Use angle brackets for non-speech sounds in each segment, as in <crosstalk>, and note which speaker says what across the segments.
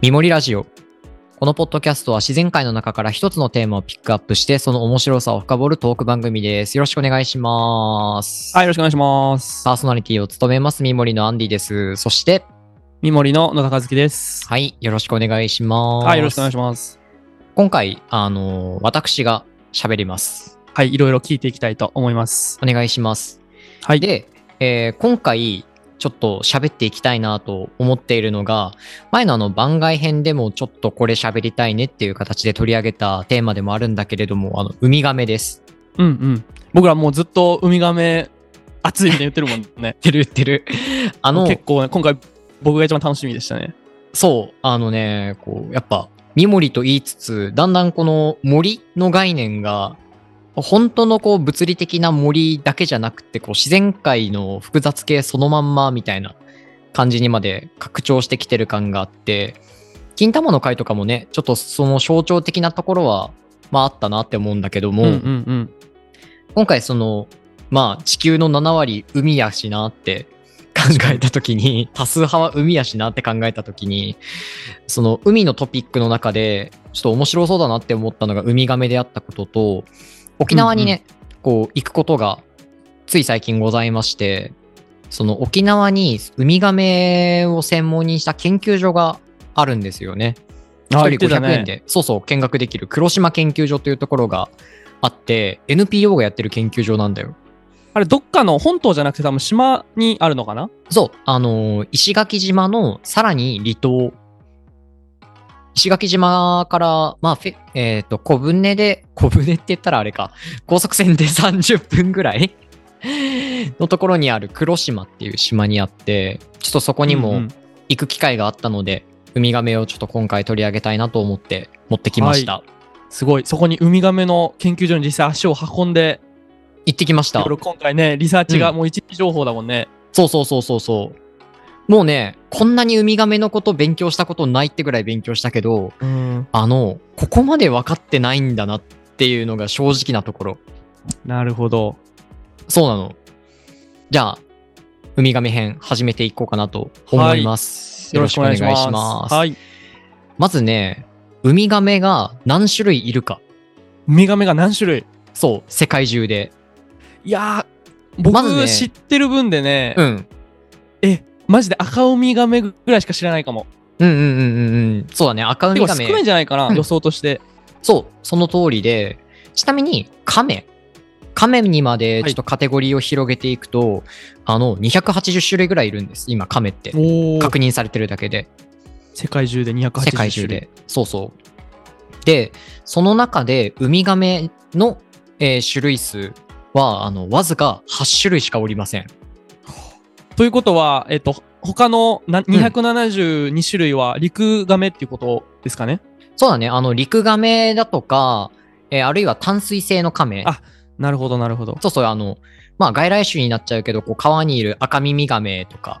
Speaker 1: みもりラジオ。このポッドキャストは自然界の中から一つのテーマをピックアップして、その面白さを深掘るトーク番組です。よろしくお願いします。
Speaker 2: はい、よろしくお願いします。
Speaker 1: パーソナリティを務めます、みもりのアンディです。そして、
Speaker 2: みもりの野田和樹です。
Speaker 1: はい、よろしくお願いします。
Speaker 2: はい、よろしくお願いします。
Speaker 1: 今回、あの、私が喋ります。
Speaker 2: はい、いろいろ聞いていきたいと思います。
Speaker 1: お願いします。
Speaker 2: はい。
Speaker 1: で、えー今回、ちょっと喋っていきたいなと思っているのが、前のあの番外編でもちょっとこれ喋りたいねっていう形で取り上げたテーマでもあるんだけれども、あの、ウミガメです。。
Speaker 2: うんうん。僕らもうずっとウミガメ熱いみたいに言ってるもん <laughs> ね
Speaker 1: 言ってる言ってる。あの、
Speaker 2: 結構ね、今回僕が一番楽しみでしたね。
Speaker 1: そう、あのね、こう、やっぱ、三森と言いつつ、だんだんこの森の概念が、本当のこう物理的な森だけじゃなくて、こう自然界の複雑系そのまんまみたいな感じにまで拡張してきてる感があって、金玉の会とかもね、ちょっとその象徴的なところは、まああったなって思うんだけども、
Speaker 2: うんうんうん。
Speaker 1: 今回そのまあ地球の7割海やしなって <laughs> 考えた時に多数派は海やしなって考えた時にその海のトピックの中でちょっと面白そうだなって思ったのがウミガメであったことと沖縄にね、こう行くことがつい最近ございましてその沖縄にウミガメを専門にした研究所があるんですよね。
Speaker 2: あ
Speaker 1: 1人500円で、そうそう見学できる黒島研究所というところがあって NPO がやってる研究所なんだよ
Speaker 2: あれ、どっかの本島じゃなくて多分島にあるのかな
Speaker 1: そうあのー石垣島のさらに離島石垣島から、まあフェえー、と小舟で小舟って言ったらあれか高速船で30分 <laughs> ぐらいのところにある黒島っていう島にあってちょっとそこに
Speaker 2: うんう
Speaker 1: も
Speaker 2: ん
Speaker 1: 行く機会があったので、ウミガメをちょっと今回取り上げたいなと思って持ってきました、
Speaker 2: すごい。そこにウミガメの研究所に実際足を運んで、
Speaker 1: 行ってきまし
Speaker 2: い
Speaker 1: た
Speaker 2: ろいろ今回ね、リサーチが
Speaker 1: う
Speaker 2: もう一日情報だもんね。
Speaker 1: そうそうそうそうそう。もうね、こんなにウミガメのこと勉強したことないってぐらい勉強したけど、
Speaker 2: うん。
Speaker 1: あの、ここまで分かってないんだなっていうのが正直なところ。
Speaker 2: なるほど。
Speaker 1: そうなの。じゃあ、ウミガメ編始めていこうかなと思います。
Speaker 2: よろしくお願いします。
Speaker 1: ま
Speaker 2: はい。
Speaker 1: まずね、ウミガメが何種類いるか。
Speaker 2: ウミガメが何種類
Speaker 1: そう、世界中で。
Speaker 2: いやー、僕、
Speaker 1: まずね
Speaker 2: 知ってる分でね、
Speaker 1: うん。
Speaker 2: え、マジで赤ウミガメぐらいしか知らないかも。
Speaker 1: うんうんうんうんうん。そうだね、赤ウミ
Speaker 2: 結
Speaker 1: ガ
Speaker 2: 構
Speaker 1: メ
Speaker 2: 少。ないんじゃないかな、
Speaker 1: うん
Speaker 2: 予想として。
Speaker 1: そう、その通りで、ちなみに亀、亀にまでちょっとカテゴリーを広げていくと、あの、280種類ぐらいいるんです、今、亀って。
Speaker 2: お
Speaker 1: 確認されてるだけで、
Speaker 2: 世界中で280種類。
Speaker 1: 世界中で。そうそう。で、その中で、ウミガメの、えー種類数は、あの、わずか8種類しかおりません。
Speaker 2: ということは、えっ、と、他のな272種類は陸ガメっていうことですかね。
Speaker 1: そうだね、あの、陸ガメだとか、えーあるいは淡水性の亀。
Speaker 2: あなるほど、なるほど。
Speaker 1: そうそう、あの、まあ、外来種になっちゃうけど、こう、川にいる赤耳ガメとか、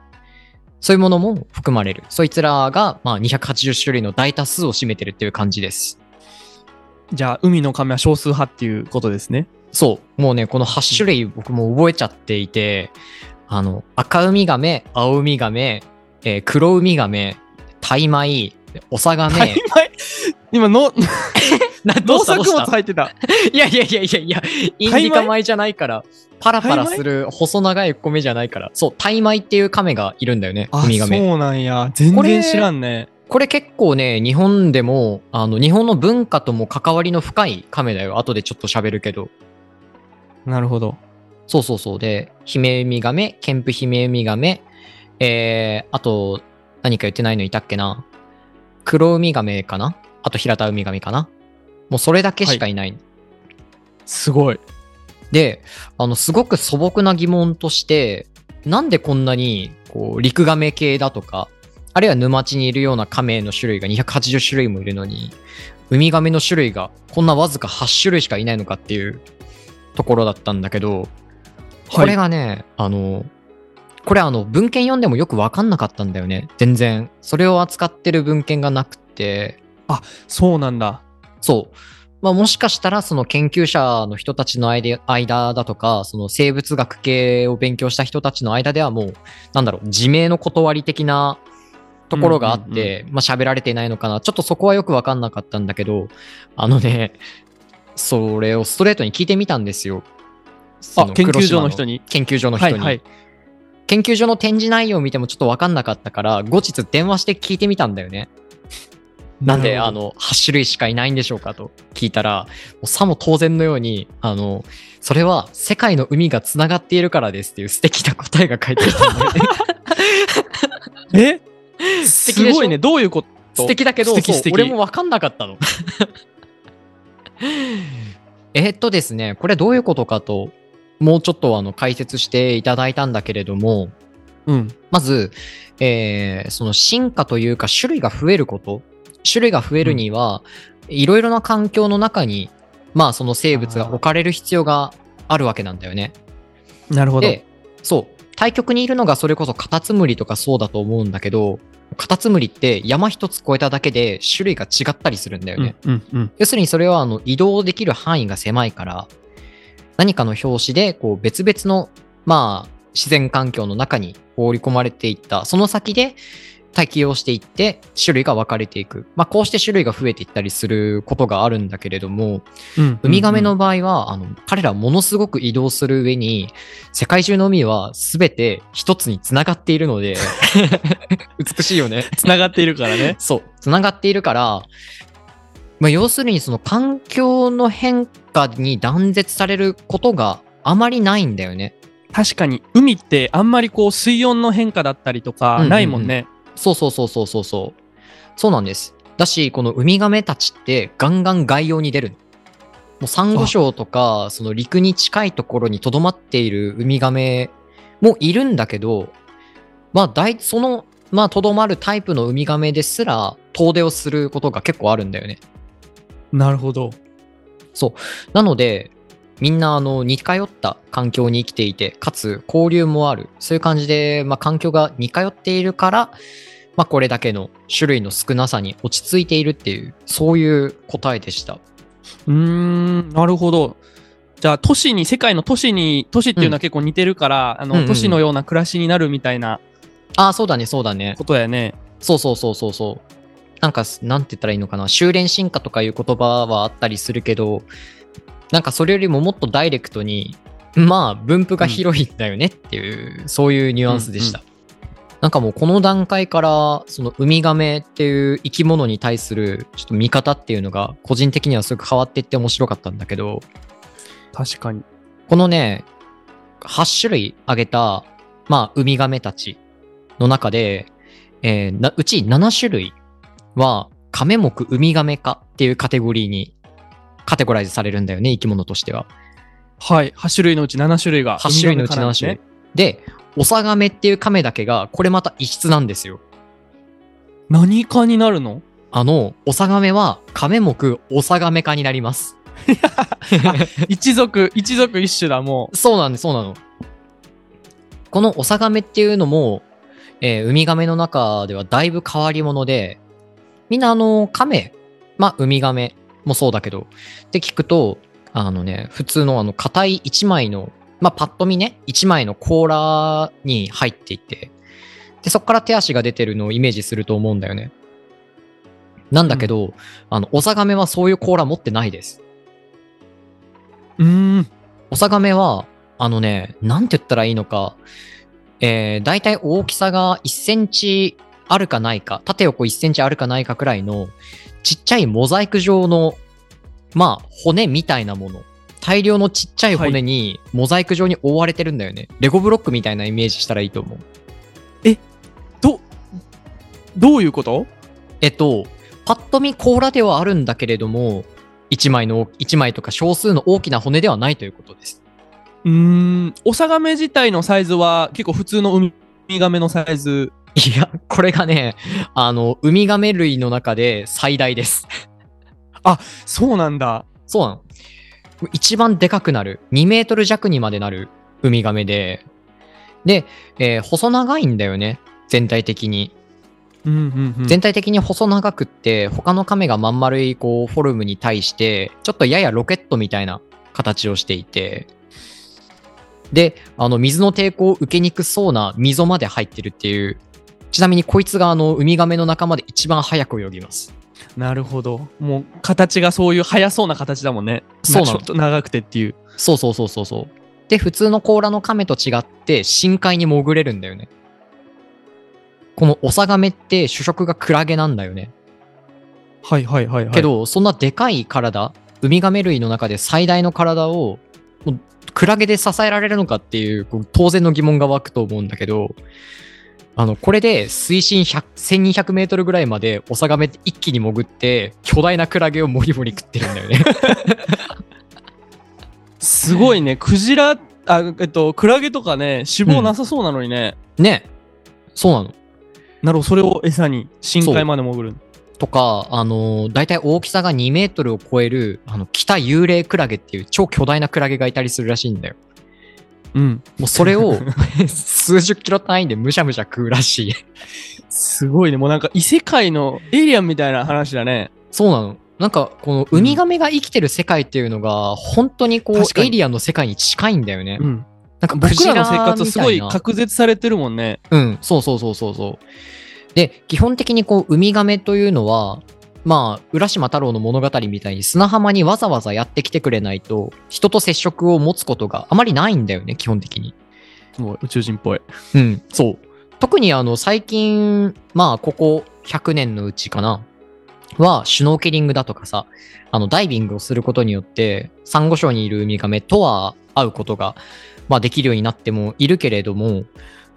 Speaker 1: そういうものも含まれる。そいつらが、まあ、280種類の大多数を占めてるっていう感じです。
Speaker 2: じゃあ、海の亀は少数派っていうことですね。
Speaker 1: そう、もうね、この8種類僕も覚えちゃっていて、あの、赤ウミガメ、青ウミガメ、えー黒ウミガメ、タイマイ、オサガ
Speaker 2: 大
Speaker 1: メ、
Speaker 2: 枚今の、
Speaker 1: などうした
Speaker 2: 農作
Speaker 1: どうし
Speaker 2: 物
Speaker 1: た
Speaker 2: 入ってた。
Speaker 1: いやいやいやいやいや、インディカ米じゃないから、パラパラする細長い米じゃないから、そう、タイマイっていう亀がいるんだよね、ウ
Speaker 2: あ、
Speaker 1: ミガメ。
Speaker 2: そうなんや。全
Speaker 1: これ
Speaker 2: 然知らんね。
Speaker 1: これ結構ね、日本でも、あの、日本の文化とも関わりの深い亀だよ。後でちょっと喋るけど。
Speaker 2: なるほど。
Speaker 1: そうそうそう。で、ヒメウミガメ、ケンプヒメウミガメ、えー、あと、何か言ってないのいたっけな。黒ウミガメかなあと、平田ウミガメかなもうそれだけしかいない。
Speaker 2: すごい。
Speaker 1: で、あの、すごく素朴な疑問として、なんでこんなに、こう、陸亀系だとか、あるいは沼地にいるような亀の種類が280種類もいるのに、ウミガメの種類がこんなわずか8種類しかいないのかっていうところだったんだけど、これ
Speaker 2: が、
Speaker 1: がね、あの、これあの、文献読んでもよくわかんなかったんだよね。全然。それを扱ってる文献がなくて、
Speaker 2: そうなんだ。
Speaker 1: そう。まあ、もしかしたら、その研究者の人たちの間間だとか、その生物学系を勉強した人たちの間ではもう、なんだろう、自明の断り的なところがあって、まあ喋られていないのかな。ちょっとそこはよくわかんなかったんだけど、あのね、それをストレートに聞いてみたんですよ。そ
Speaker 2: あ、研究所の人
Speaker 1: に。
Speaker 2: に。
Speaker 1: 研究所の人
Speaker 2: は
Speaker 1: に。
Speaker 2: いはい。
Speaker 1: 研究所の展示内容を見てもちょっとわかんなかったから、後日電話して聞いてみたんだよね。なんで、
Speaker 2: な
Speaker 1: あ
Speaker 2: るほ
Speaker 1: の、8種類しかいないんでしょうかと聞いたら、もうさも当然のように、あの、それは世界の海がつながっているからですっていう素敵な答えが返ってき
Speaker 2: <laughs>
Speaker 1: たんだよね。
Speaker 2: どえ
Speaker 1: 素
Speaker 2: すごいね。。どういうこと
Speaker 1: 素敵だけど、
Speaker 2: 素敵
Speaker 1: そう
Speaker 2: 素敵
Speaker 1: 俺もわかんなかったの。 <laughs> えーっとですね、これどういうことかと、もうちょっとあの解説していただいたんだけれども、
Speaker 2: うん。
Speaker 1: まず、えーその進化というか種類が増えること種類が増えるには、いろいろな環境の中にまあその生物が置かれる必要があるわけなんだよね。
Speaker 2: なるほど。
Speaker 1: でそう対極にいるのがそれこそカタツムリとかそうだと思うんだけどカタツムリって山一つ越えただけで種類が違ったりするんだよ
Speaker 2: う
Speaker 1: ね。
Speaker 2: んうんうん。
Speaker 1: 要するにそれはあの移動できる範囲が狭いから何かの拍子でこう別々のまあ自然環境の中に放り込まれていったその先で適応していって種類が分かれていく、まあ、こうして種類が増えていったりすることがあるんだけれども
Speaker 2: うん
Speaker 1: ウミガメの。場合はあの彼らものすごく移動する上に世界中の海は全て一つにつながっているので美しいよね
Speaker 2: つながっているからね。
Speaker 1: <laughs> そう、つながっているから、まあ、要するにその環境の変化に断絶されることがあまりないんだよね。
Speaker 2: 確かに、海ってあんまりこう、水温の変化だったりと
Speaker 1: うんうんう
Speaker 2: か、
Speaker 1: ん
Speaker 2: ないもんね。
Speaker 1: そうそうそうそうそうそう。そうなんです。だし、このウミガメたちってガンガン外洋に出るの。もうサンゴ礁とか、その陸に近いところにとどまっているウミガメもいるんだけど、まあ大、その、まあ、とどまるタイプのウミガメですら、遠出をすることが結構あるんだよね。
Speaker 2: なるほど。
Speaker 1: なので、みんなあの似通った環境に生きていて、かつ交流もある、そういう感じで、まあ、環境が似通っているから、まあ、これだけの種類の少なさに落ち着いているっていう、そういう答えでした。
Speaker 2: うーん、なるほど。じゃあ、都市に、世界の都市に、都市っていうのは結構似てるから、あ
Speaker 1: うんうん
Speaker 2: の、
Speaker 1: うん
Speaker 2: 都市のような暮らしになるみたいな
Speaker 1: ああ、そうだね、そうだね。
Speaker 2: ことやね。
Speaker 1: そうそうそうそうそう。なんか、なんて言ったらいいのかな、修練進化とかいう言葉はあったりするけど、なんかそれよりももっとダイレクトに、まあ、分布が広いんだよねっていう、そういうニュアンスでした。なんかもうこの段階から、そのウミガメっていう生き物に対するちょっと見方っていうのが、個人的にはすごく変わっていって面白かったんだけど、
Speaker 2: 確かに。
Speaker 1: このね、8種類挙げた、まあ、ウミガメたちの中で、えーなうち7種類は、カメ目ウミガメ科っていうカテゴリーにカテゴライズされるんだよね、生き物としては。
Speaker 2: はい。8種類のうち7種類が。
Speaker 1: 8種類のうち
Speaker 2: ウミガ
Speaker 1: 7
Speaker 2: メから
Speaker 1: 種
Speaker 2: なん
Speaker 1: 類。で、オサガメっていうカメだけが、これまた異質なんですよ。
Speaker 2: ですね。何かになるの
Speaker 1: あの、オサガメはカメ目オサガメ科になり
Speaker 2: <laughs>
Speaker 1: ます。
Speaker 2: 一族、一族一種だ、も
Speaker 1: そうなんです、そうなの。このオサガメっていうのも、えーウミガメの中ではだいぶ変わり者で、みんなあの、カメ、まあ、ウミガメもそうだけど、って聞くと、あのね、普通のあの、硬い一枚の、まあ、パッと見ね、一枚の甲羅に入っていて、で、そこから手足が出てるのをイメージすると思うんだよね。なんだけど、あの、オサガメはそういう甲羅持ってないです。
Speaker 2: う。うーん。
Speaker 1: おさがめは、あのね、なんて言ったらいいのか、えー、大体大きさが1センチあるかないか、縦横1センチあるかないかくらいの、ちっちゃいモザイク状の、まあ、骨みたいなもの。大量のちっちゃい骨に、モザイク状に覆われてるんだよね。レゴブロックみたいなイメージしたらいいと思う。
Speaker 2: ど、どういうこと
Speaker 1: えっと、パッと見甲羅ではあるんだけれども、1枚の、一枚とか少数の大きな骨ではないということです。
Speaker 2: うーん。オサガメ自体のサイズは結構普通のウミガメのサイズ。
Speaker 1: いや、これがね、あの、ウミガメ類の中で最大です。
Speaker 2: そうなんだ。
Speaker 1: そうなの。一番でかくなる。2メートル弱にまでなるウミガメで。で、えー細長いんだよね。全体的に。
Speaker 2: うんうんうん。
Speaker 1: 全体的に細長くって、他のカメがまん丸いこうフォルムに対して、ちょっとややロケットみたいな形をしていて、で、あの水の抵抗を受けにくそうな溝まで入ってるっていう、ちなみにこいつがあのウミガメの仲間で一番早く泳ぎます。
Speaker 2: なるほど。もう形がそういう速そうな形だもんね。
Speaker 1: そうな
Speaker 2: ちょ
Speaker 1: の
Speaker 2: っと長くてっていう。
Speaker 1: そうそうそうそうそう。で、普通の甲羅の亀と違って深海に潜れるんだよね。このオサガメって主食がクラゲなんだよね。
Speaker 2: はいはいはいはい。
Speaker 1: け、ど、そんなでかい体、ウミガメ類の中で最大の体を、もうクラゲで支えられるのかっていう、こう当然の疑問が湧くと思うんだけど、あの、これで水深100 1200メートルぐらいまでオサガメって一気に潜って、巨大なクラゲをモリモリ食ってるんだよ
Speaker 2: <laughs>
Speaker 1: ね。
Speaker 2: すごいね。クジラ、あ、えっと、クラゲとかね、脂肪なさそうなのにね。
Speaker 1: ねそうなの。
Speaker 2: なるほど、それを餌に深海まで潜る。
Speaker 1: とか、あの大体大きさが2メートルを超える、あの、北幽霊クラゲっていう超巨大なクラゲがいたりするらしいんだよ。
Speaker 2: うん。
Speaker 1: もうそれ
Speaker 2: <laughs>
Speaker 1: を数十キロ単位でむしゃむしゃ食うらしい。
Speaker 2: すごいね。もうなんか異世界のエイリアンみたいな話だね。
Speaker 1: そうなの。なんか、このウミガメが生きてる世界っていうのが、本当にこ
Speaker 2: 確か
Speaker 1: う、エ
Speaker 2: に
Speaker 1: イリアンの世界に近いんだよね。
Speaker 2: うん。
Speaker 1: なんかク
Speaker 2: 僕
Speaker 1: ジ
Speaker 2: ら
Speaker 1: ラみた
Speaker 2: の生
Speaker 1: いな、
Speaker 2: 活すごい隔絶されてるもんね。
Speaker 1: うん、そうそうそうそうそう。で、基本的にこう、ウミガメというのは、まあ、浦島太郎の物語みたいに砂浜にわざわざやってきてくれないと、人と接触を持つことがあまりないんだよね、基本的に。
Speaker 2: すごい宇宙人っぽい。
Speaker 1: うん、そう。特にあの、最近、まあ、ここ100年のうちかな、は、シュノーケリングだとかさ、あの、ダイビングをすることによって、サンゴ礁にいるウミガメとは会うことが、まあ、できるようになってもいるけれども、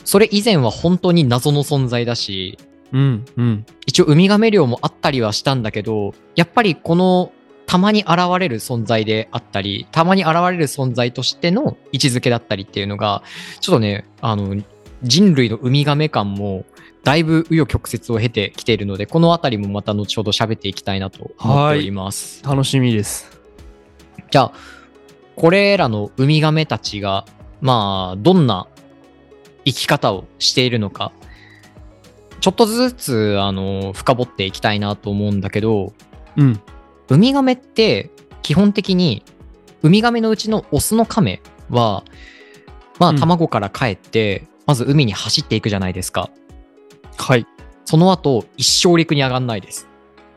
Speaker 1: それ以前は本当に謎の存在だし、
Speaker 2: うん、うん。
Speaker 1: 一応ウミガメ漁もあったりはしたんだけど、やっぱりこの、たまに現れる存在であったり、たまに現れる存在としての位置づけだったりっていうのが、ちょっとね、あの、人類のウミガメ感も、だいぶ紆余曲折を経てきているので、このあたりもまた後ほど喋っていきたいなと思っております。
Speaker 2: 楽しみです。
Speaker 1: じゃあ、これらのウミガメたちが、まあ、どんな生き方をしているのか、ちょっとずつ、あの、深掘っていきたいなと思うんだけど、
Speaker 2: うん。
Speaker 1: ウミガメって、基本的に、ウミガメのうちのオスのカメは、ま
Speaker 2: う
Speaker 1: あ、
Speaker 2: ん
Speaker 1: 卵から帰って、まず海に走っていくじゃないですか。
Speaker 2: はい。
Speaker 1: その後、一生陸に上がんないです。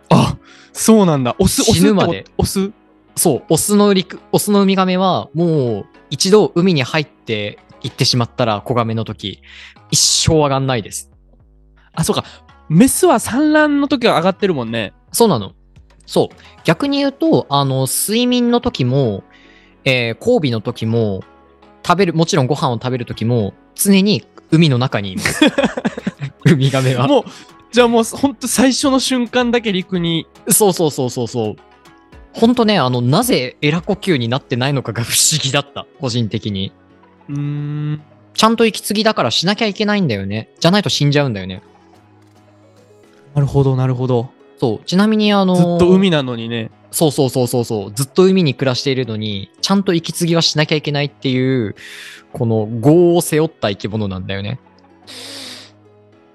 Speaker 2: あ、そうなんだ。オス、オス
Speaker 1: 死ぬまで
Speaker 2: ってことオス
Speaker 1: そう、オスの陸、オスのウミガメは、もう一度海に入って行ってしまったら、子ガメの時、一生上がんないです。
Speaker 2: あ、そうか。メスは産卵の時は上がってるもんね。
Speaker 1: そうなの。そう。逆に言うと、あの、睡眠の時も、えー交尾の時も、食べる、もちろんご飯を食べる時も、常に海の中にいます。ウミガメは。
Speaker 2: もう、じゃあもう、ほんと最初の瞬間だけ陸に。
Speaker 1: そうそうそうそうそう。ほんとね、あの、なぜエラ呼吸になってないのかが不思議だった。個人的に。
Speaker 2: うーん。
Speaker 1: ちゃんと息継ぎだからしなきゃいけないんだよね。じゃないと死んじゃうんだよね。
Speaker 2: なるほど、なるほど。
Speaker 1: そう。ちなみにあの
Speaker 2: ずっと海なのにね。
Speaker 1: そうそうそうそうそう。ずっと海に暮らしているのに、ちゃんと息継ぎはしなきゃいけないっていう、この業を背負った生き物なんだよね。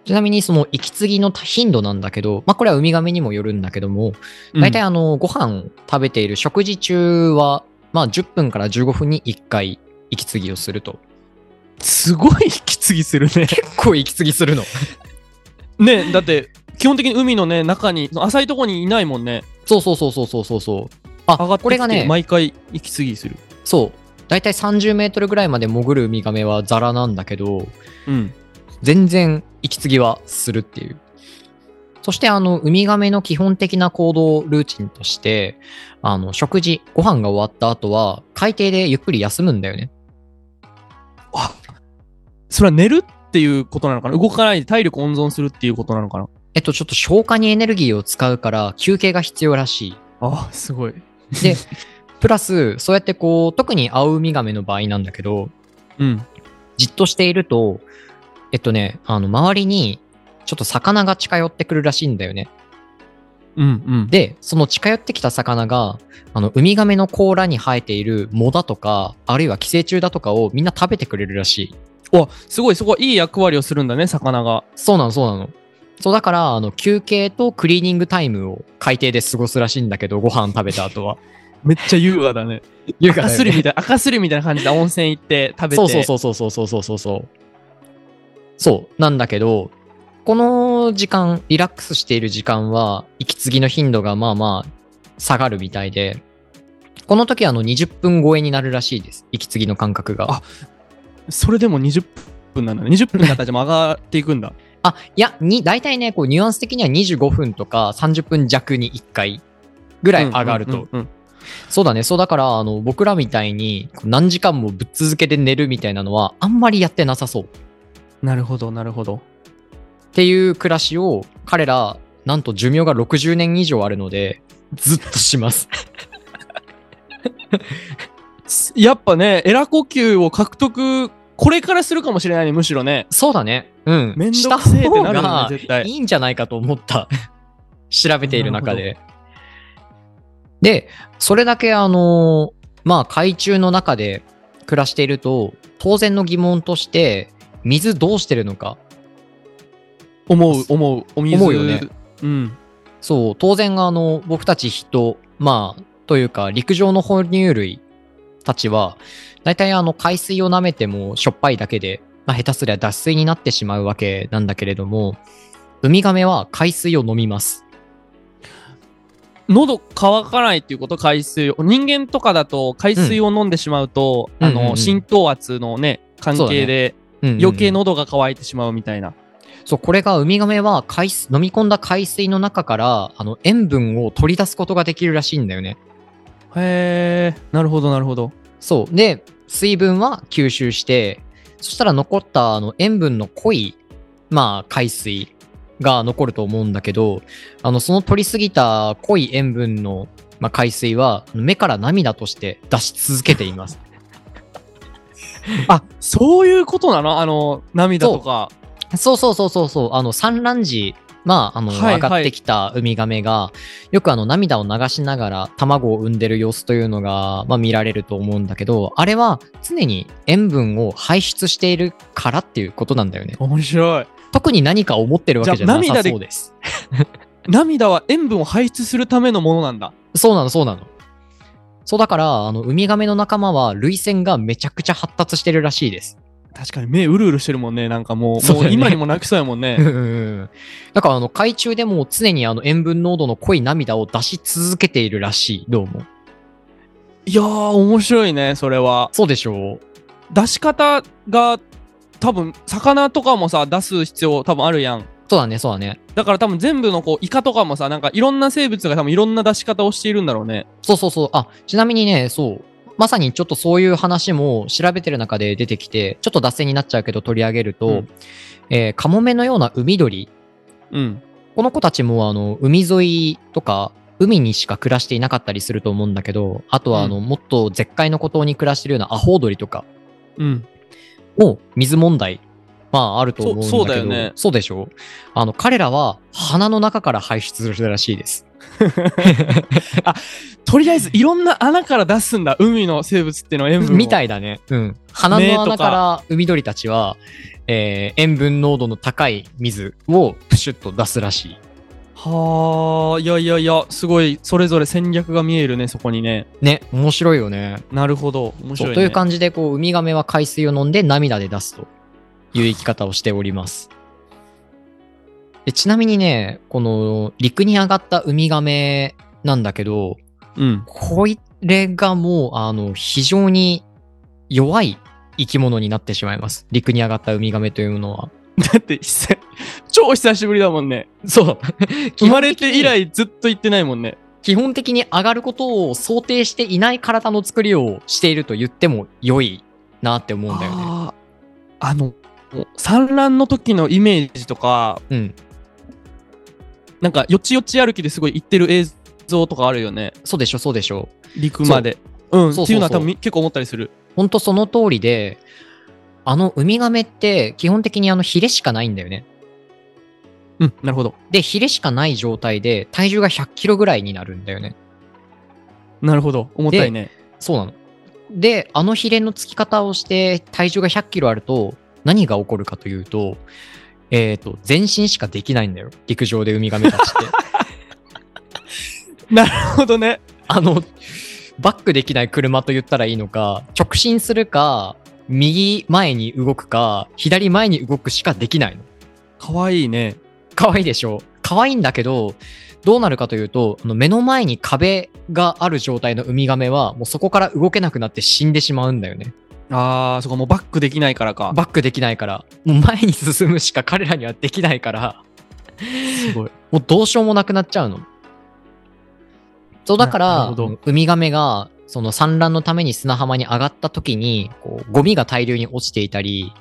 Speaker 1: ちなみにその息継ぎの頻度なんだけど、まあこれはウミガメにもよるんだけども、大体
Speaker 2: うん
Speaker 1: あの、ご飯を食べている食事中は、まあ10分から15分に1回息継ぎをすると。
Speaker 2: すごい息継ぎする
Speaker 1: <laughs>
Speaker 2: ね。
Speaker 1: 結構息継ぎするの。
Speaker 2: ねだって、基本的に海のね、中に、浅いとこにいないもんね。
Speaker 1: そうそうそうそうそうそうそう。あ、
Speaker 2: 上がって
Speaker 1: これが
Speaker 2: き
Speaker 1: ね
Speaker 2: て、、毎回息継ぎする。
Speaker 1: そう。だいたい30メートルぐらいまで潜るウミガメはザラなんだけど、
Speaker 2: うん。
Speaker 1: 全然息継ぎはするっていう。そしてあの、ウミガメの基本的な行動ルーチンとして、あの、食事、ご飯が終わった後は、海底でゆっくり休むんだよね。
Speaker 2: それは寝るっていうことなのかな動かないで体力温存するっていうことなのかな
Speaker 1: えっと、ちょっと消化にエネルギーを使うから、休憩が必要らしい。
Speaker 2: あ、すごい。 <laughs>
Speaker 1: で、プラス、そうやってこう、特にアオウミガメの場合なんだけど、
Speaker 2: うん。
Speaker 1: じっとしていると、えっとね、あの、周りに、ちょっと魚が近寄ってくるらしいんだよね。
Speaker 2: うん、うん。
Speaker 1: で、その近寄ってきた魚が、あの、ウミガメの甲羅に生えている藻だとか、あるいは寄生虫だとかをみんな食べてくれるらしい。
Speaker 2: おすごいそこはいい役割をするんだね魚が
Speaker 1: そうなの、そうなの。そうだから、あの、休憩とクリーニングタイムを海底で過ごすらしいんだけど、ご飯食べた後は。
Speaker 2: めっちゃ <laughs> 優雅だね
Speaker 1: 優
Speaker 2: 赤すりみたい赤すりみたいな感じで温泉行って食べて
Speaker 1: そうそうそうそうそうそうそうそうそう。そう、なんだけど、この時間、リラックスしている時間は、息継ぎの頻度がまあまあ下がるみたいで、この時あの20分超えになるらしいです。息継ぎの感覚が。
Speaker 2: あそれでも20分なんだね。20分だったらじゃあもう上がっていくんだ。
Speaker 1: あ、いや、に、大体ね、こう、ニュアンス的には25分とか30分弱に1回ぐらい上がると。
Speaker 2: うんうんうん
Speaker 1: そうだね。そうだから、あの、僕らみたいにこう何時間もぶっ続けて寝るみたいなのは、あんまりやってなさそう。
Speaker 2: なるほど、なるほど。
Speaker 1: っていう暮らしを、彼ら、なんと寿命が60年以上あるので、ずっとし
Speaker 2: <laughs>
Speaker 1: ます。
Speaker 2: やっぱね、エラ呼吸を獲得、これからするかもしれないね、むしろね。
Speaker 1: そうだね。うん。
Speaker 2: めん
Speaker 1: し
Speaker 2: ど
Speaker 1: た
Speaker 2: くせえって
Speaker 1: 方
Speaker 2: なるよね、
Speaker 1: が
Speaker 2: 絶対
Speaker 1: い。いんじゃないかと思った。 <laughs> 調べている中で。で、それだけあの、まあ、海中の中で暮らしていると、当然の疑問として、水どうしてるのか。
Speaker 2: 思う、思う、お水。
Speaker 1: 思うよね
Speaker 2: うん。
Speaker 1: そう、当然あの、僕たち人、まあ、というか、陸上の哺乳類たちは、大体あの、海水を舐めてもしょっぱいだけで、まあ、下手すりゃ脱水になってしまうわけなんだけれども、ウミガメは海水を飲みます。
Speaker 2: 喉乾かないっていうこと海水を人間とかだと海水を飲んでしまうと、
Speaker 1: うん
Speaker 2: あ
Speaker 1: うんうんう
Speaker 2: の
Speaker 1: ん
Speaker 2: 浸透圧のね関
Speaker 1: そうだ
Speaker 2: 係
Speaker 1: ね
Speaker 2: で
Speaker 1: うんうんうん
Speaker 2: 余計喉が乾いてしまうみたいな、
Speaker 1: そうこれがウミガメは海水飲み込んだ海水の中からあの塩分を取り出すことができるらしいんだよね
Speaker 2: へえなるほどなるほど
Speaker 1: そうで水分は吸収してそしたら残ったあの塩分の濃いまあ海水が残ると思うんだけどあのその取りすぎた濃い塩分の、まあ、海水は目から涙として出し続けています
Speaker 2: あそういうことなのあの涙とか
Speaker 1: <laughs> そうそうそうそうそうあの産卵時まあ、あの、
Speaker 2: はいはい
Speaker 1: 上がってきたウミガメが、よくあの、涙を流しながら卵を産んでる様子というのが、まあ見られると思うんだけど、あれは常に塩分を排出しているからっていうことなんだよね。
Speaker 2: 面白い
Speaker 1: 特に何か思ってるわけじゃな
Speaker 2: じゃあ
Speaker 1: さ
Speaker 2: 涙で
Speaker 1: そうです。
Speaker 2: 涙は塩分を排出するためのものなんだ
Speaker 1: そうなの、そうなの。そうだから、あの、ウミガメの仲間は、涙腺がめちゃくちゃ発達してるらしいです。
Speaker 2: 確かに目うるうるしてるもんねなんかもう
Speaker 1: そうだ
Speaker 2: も
Speaker 1: ね
Speaker 2: う今にも泣きそうやもん
Speaker 1: うん <laughs>
Speaker 2: ね
Speaker 1: うんうんだから、あの、海中でも常にあの、塩分濃度の濃い涙を出し続けているらしい、どうも。
Speaker 2: いやー面白いねそれは
Speaker 1: そうでしょう
Speaker 2: 出し方が多分魚とかもさ出す必要多分あるやん
Speaker 1: そうだね、そうだね。
Speaker 2: だから多分全部のこうイカとかもさなんかいろんな生物が多分いろんな出し方をしているんだろうね
Speaker 1: そうそうそう。あ、ちなみにね、そう。まさにちょっとそういう話も調べてる中で出てきて、ちょっと脱線になっちゃうけど取り上げると、
Speaker 2: うん
Speaker 1: えーカモメのような海鳥、
Speaker 2: うん
Speaker 1: この子たちもあの海沿いとか海にしか暮らしていなかったりすると思うんだけど、あとはあの、
Speaker 2: う
Speaker 1: もっと絶海の孤島に暮らしてるようなアホウドリとか
Speaker 2: うん
Speaker 1: も水問題、まああると思うんだけど、
Speaker 2: そうそうだよね
Speaker 1: そうでしょあの、彼らは鼻の中から排出するらしい
Speaker 2: <laughs>
Speaker 1: です。
Speaker 2: とりあえずいろんな穴から出すんだ海の生物っていうのは塩分を
Speaker 1: みたいだね。うん。鼻の
Speaker 2: 目
Speaker 1: 穴
Speaker 2: と
Speaker 1: か
Speaker 2: から
Speaker 1: 海鳥たちは、えー塩分濃度の高い水をプシュッと出すらしい。
Speaker 2: はあいやいやいやすごいそれぞれ戦略が見えるねそこにね
Speaker 1: ね、面白いよね。
Speaker 2: なるほど面白い、
Speaker 1: そう
Speaker 2: ね、
Speaker 1: という感じで、こう、ウミガメは海水を飲んで涙で出すという生き方をしております。でちなみにね、この陸に上がったウミガメなんだけど、
Speaker 2: うん
Speaker 1: これがもう、あの、非常に弱い生き物になってしまいます。陸に上がったウミガメというものは。
Speaker 2: だって久 <laughs> 超久しぶりだもんね
Speaker 1: そう。
Speaker 2: <laughs> 生まれて以来ずっと行ってないもんね
Speaker 1: 基本的に上がることを想定していない体の作りをしていると言っても良いなって思うんだよね。
Speaker 2: あーあの産卵の時のイメージとか
Speaker 1: うん。
Speaker 2: なんかよちよち歩きですごい行ってる映像とかあるよね
Speaker 1: そうでしょ、そうでしょ。
Speaker 2: 陸までうん
Speaker 1: そうそうそう
Speaker 2: っていうのは多分み結構思ったりする
Speaker 1: ほんとその通りで、あのウミガメって基本的にあのヒレしかないんだよね。
Speaker 2: うんなるほど
Speaker 1: で、ヒレしかない状態で体重が100キロぐらいになるんだよね。
Speaker 2: なるほど重たいね
Speaker 1: そうなの。で、あのヒレのつき方をして体重が100キロあると何が起こるかというと、えっ、と、全身しかできないんだよ。陸上でウミガメたちって。
Speaker 2: なるほどね
Speaker 1: あの、バックできない車と言ったらいいのか、直進するか、右前に動くか、左前に動くしかできないの。
Speaker 2: かわいいね。
Speaker 1: 可愛いでしょ可愛いんだけど、どうなるかというと、あの目の前に壁がある状態のウミガメは、もうそこから動けなくなって死んでしまうんだよね。
Speaker 2: あー、そこもうバックできないからか。
Speaker 1: バックできないから、もう前に進むしか彼らにはできないから、
Speaker 2: すごい。
Speaker 1: もうどうしようもなくなっちゃうの。そうだか
Speaker 2: な
Speaker 1: ら、
Speaker 2: るほど
Speaker 1: ウミガメが、その産卵のために砂浜に上がった時に、こうゴミが大量に落ちていたり、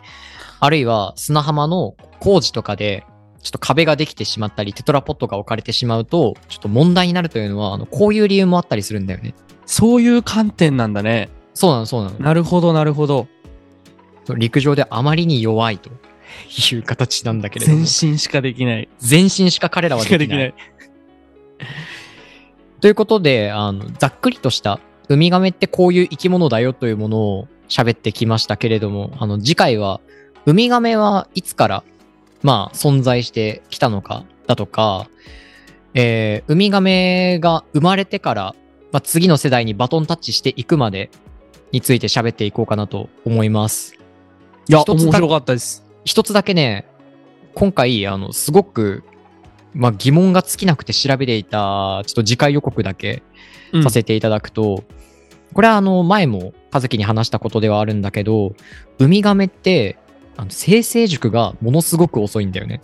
Speaker 1: あるいは砂浜の工事とかで、ちょっと壁ができてしまったり、テトラポットが置かれてしまうと、ちょっと問題になるというのは、あのこういう理由もあったりするんだよね。
Speaker 2: そういう観点なんだね。
Speaker 1: そうなの、そうなの。
Speaker 2: なるほど、なるほど。
Speaker 1: そう陸上であまりに弱いという形なんだけれど
Speaker 2: 全
Speaker 1: も、
Speaker 2: 身しかできない。
Speaker 1: 全身しか彼らは
Speaker 2: しか
Speaker 1: で
Speaker 2: で
Speaker 1: き
Speaker 2: き
Speaker 1: ない
Speaker 2: な。い。
Speaker 1: ということで、あの、ざっくりとした、ウミガメってこういう生き物だよというものを喋ってきましたけれども、あの、次回は、ウミガメはいつから、まあ、存在してきたのかだとか、えーウミガメが生まれてから、まあ、次の世代にバトンタッチしていくまでについて喋っていこうかなと思います。
Speaker 2: いや、
Speaker 1: 一つだ
Speaker 2: 面白かったです。
Speaker 1: 一つだけね、今回、あの、すごく、まあ、疑問が尽きなくて調べていた、ちょっと次回予告だけ
Speaker 2: うん
Speaker 1: させていただくと、これはあの前も和樹に話したことではあるんだけどウミガメってあの生成熟がものすごく遅いんだよね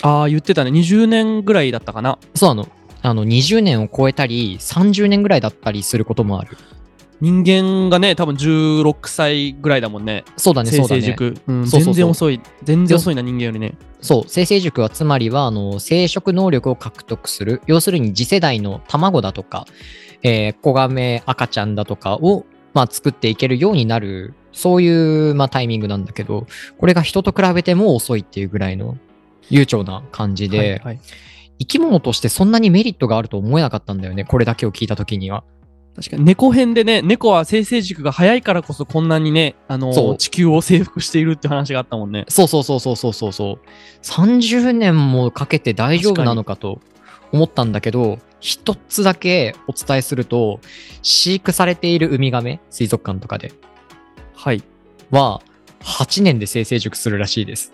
Speaker 2: ああ、言ってたね。20年ぐらいだったかな。
Speaker 1: そうなのあの20年を超えたり30年ぐらいだったりすることもある
Speaker 2: 人間がね、多分16歳ぐらいだもんね。
Speaker 1: そうだね
Speaker 2: 生
Speaker 1: そうだ
Speaker 2: 成
Speaker 1: ね
Speaker 2: 塾。うん
Speaker 1: そうそうそう
Speaker 2: 全然遅い。全然遅いな、人間よりね。
Speaker 1: そう生成塾はつまりはあの生殖能力を獲得する要するに次世代の卵だとか、えー子ガメ赤ちゃんだとかを、まあ、作っていけるようになるそういう、まあ、タイミングなんだけどこれが人と比べても遅いっていうぐらいの悠長な感じで、
Speaker 2: はいはい
Speaker 1: 生き物としてそんなにメリットがあると思えなかったんだよねこれだけを聞いた時には
Speaker 2: 確かに猫編でね、猫は生成塾が早いからこそこんなにね、あのー
Speaker 1: そう
Speaker 2: 地球を征服しているって話があったもんね。
Speaker 1: そうそうそうそうそうそうそう30年もかけて大丈夫なのかと思ったんだけど一つだけお伝えすると飼育されているウミガメ水族館とかで
Speaker 2: はい。
Speaker 1: は8年で生成熟するらしいです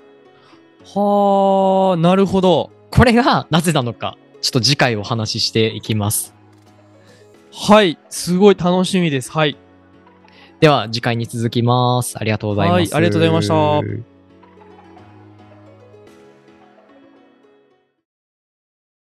Speaker 2: はあ、なるほど。
Speaker 1: これがなぜなのかちょっと次回お話ししていきます
Speaker 2: はい。すごい楽しみです。はい。
Speaker 1: では次回に続きますありがとうございます
Speaker 2: はいありがとうございました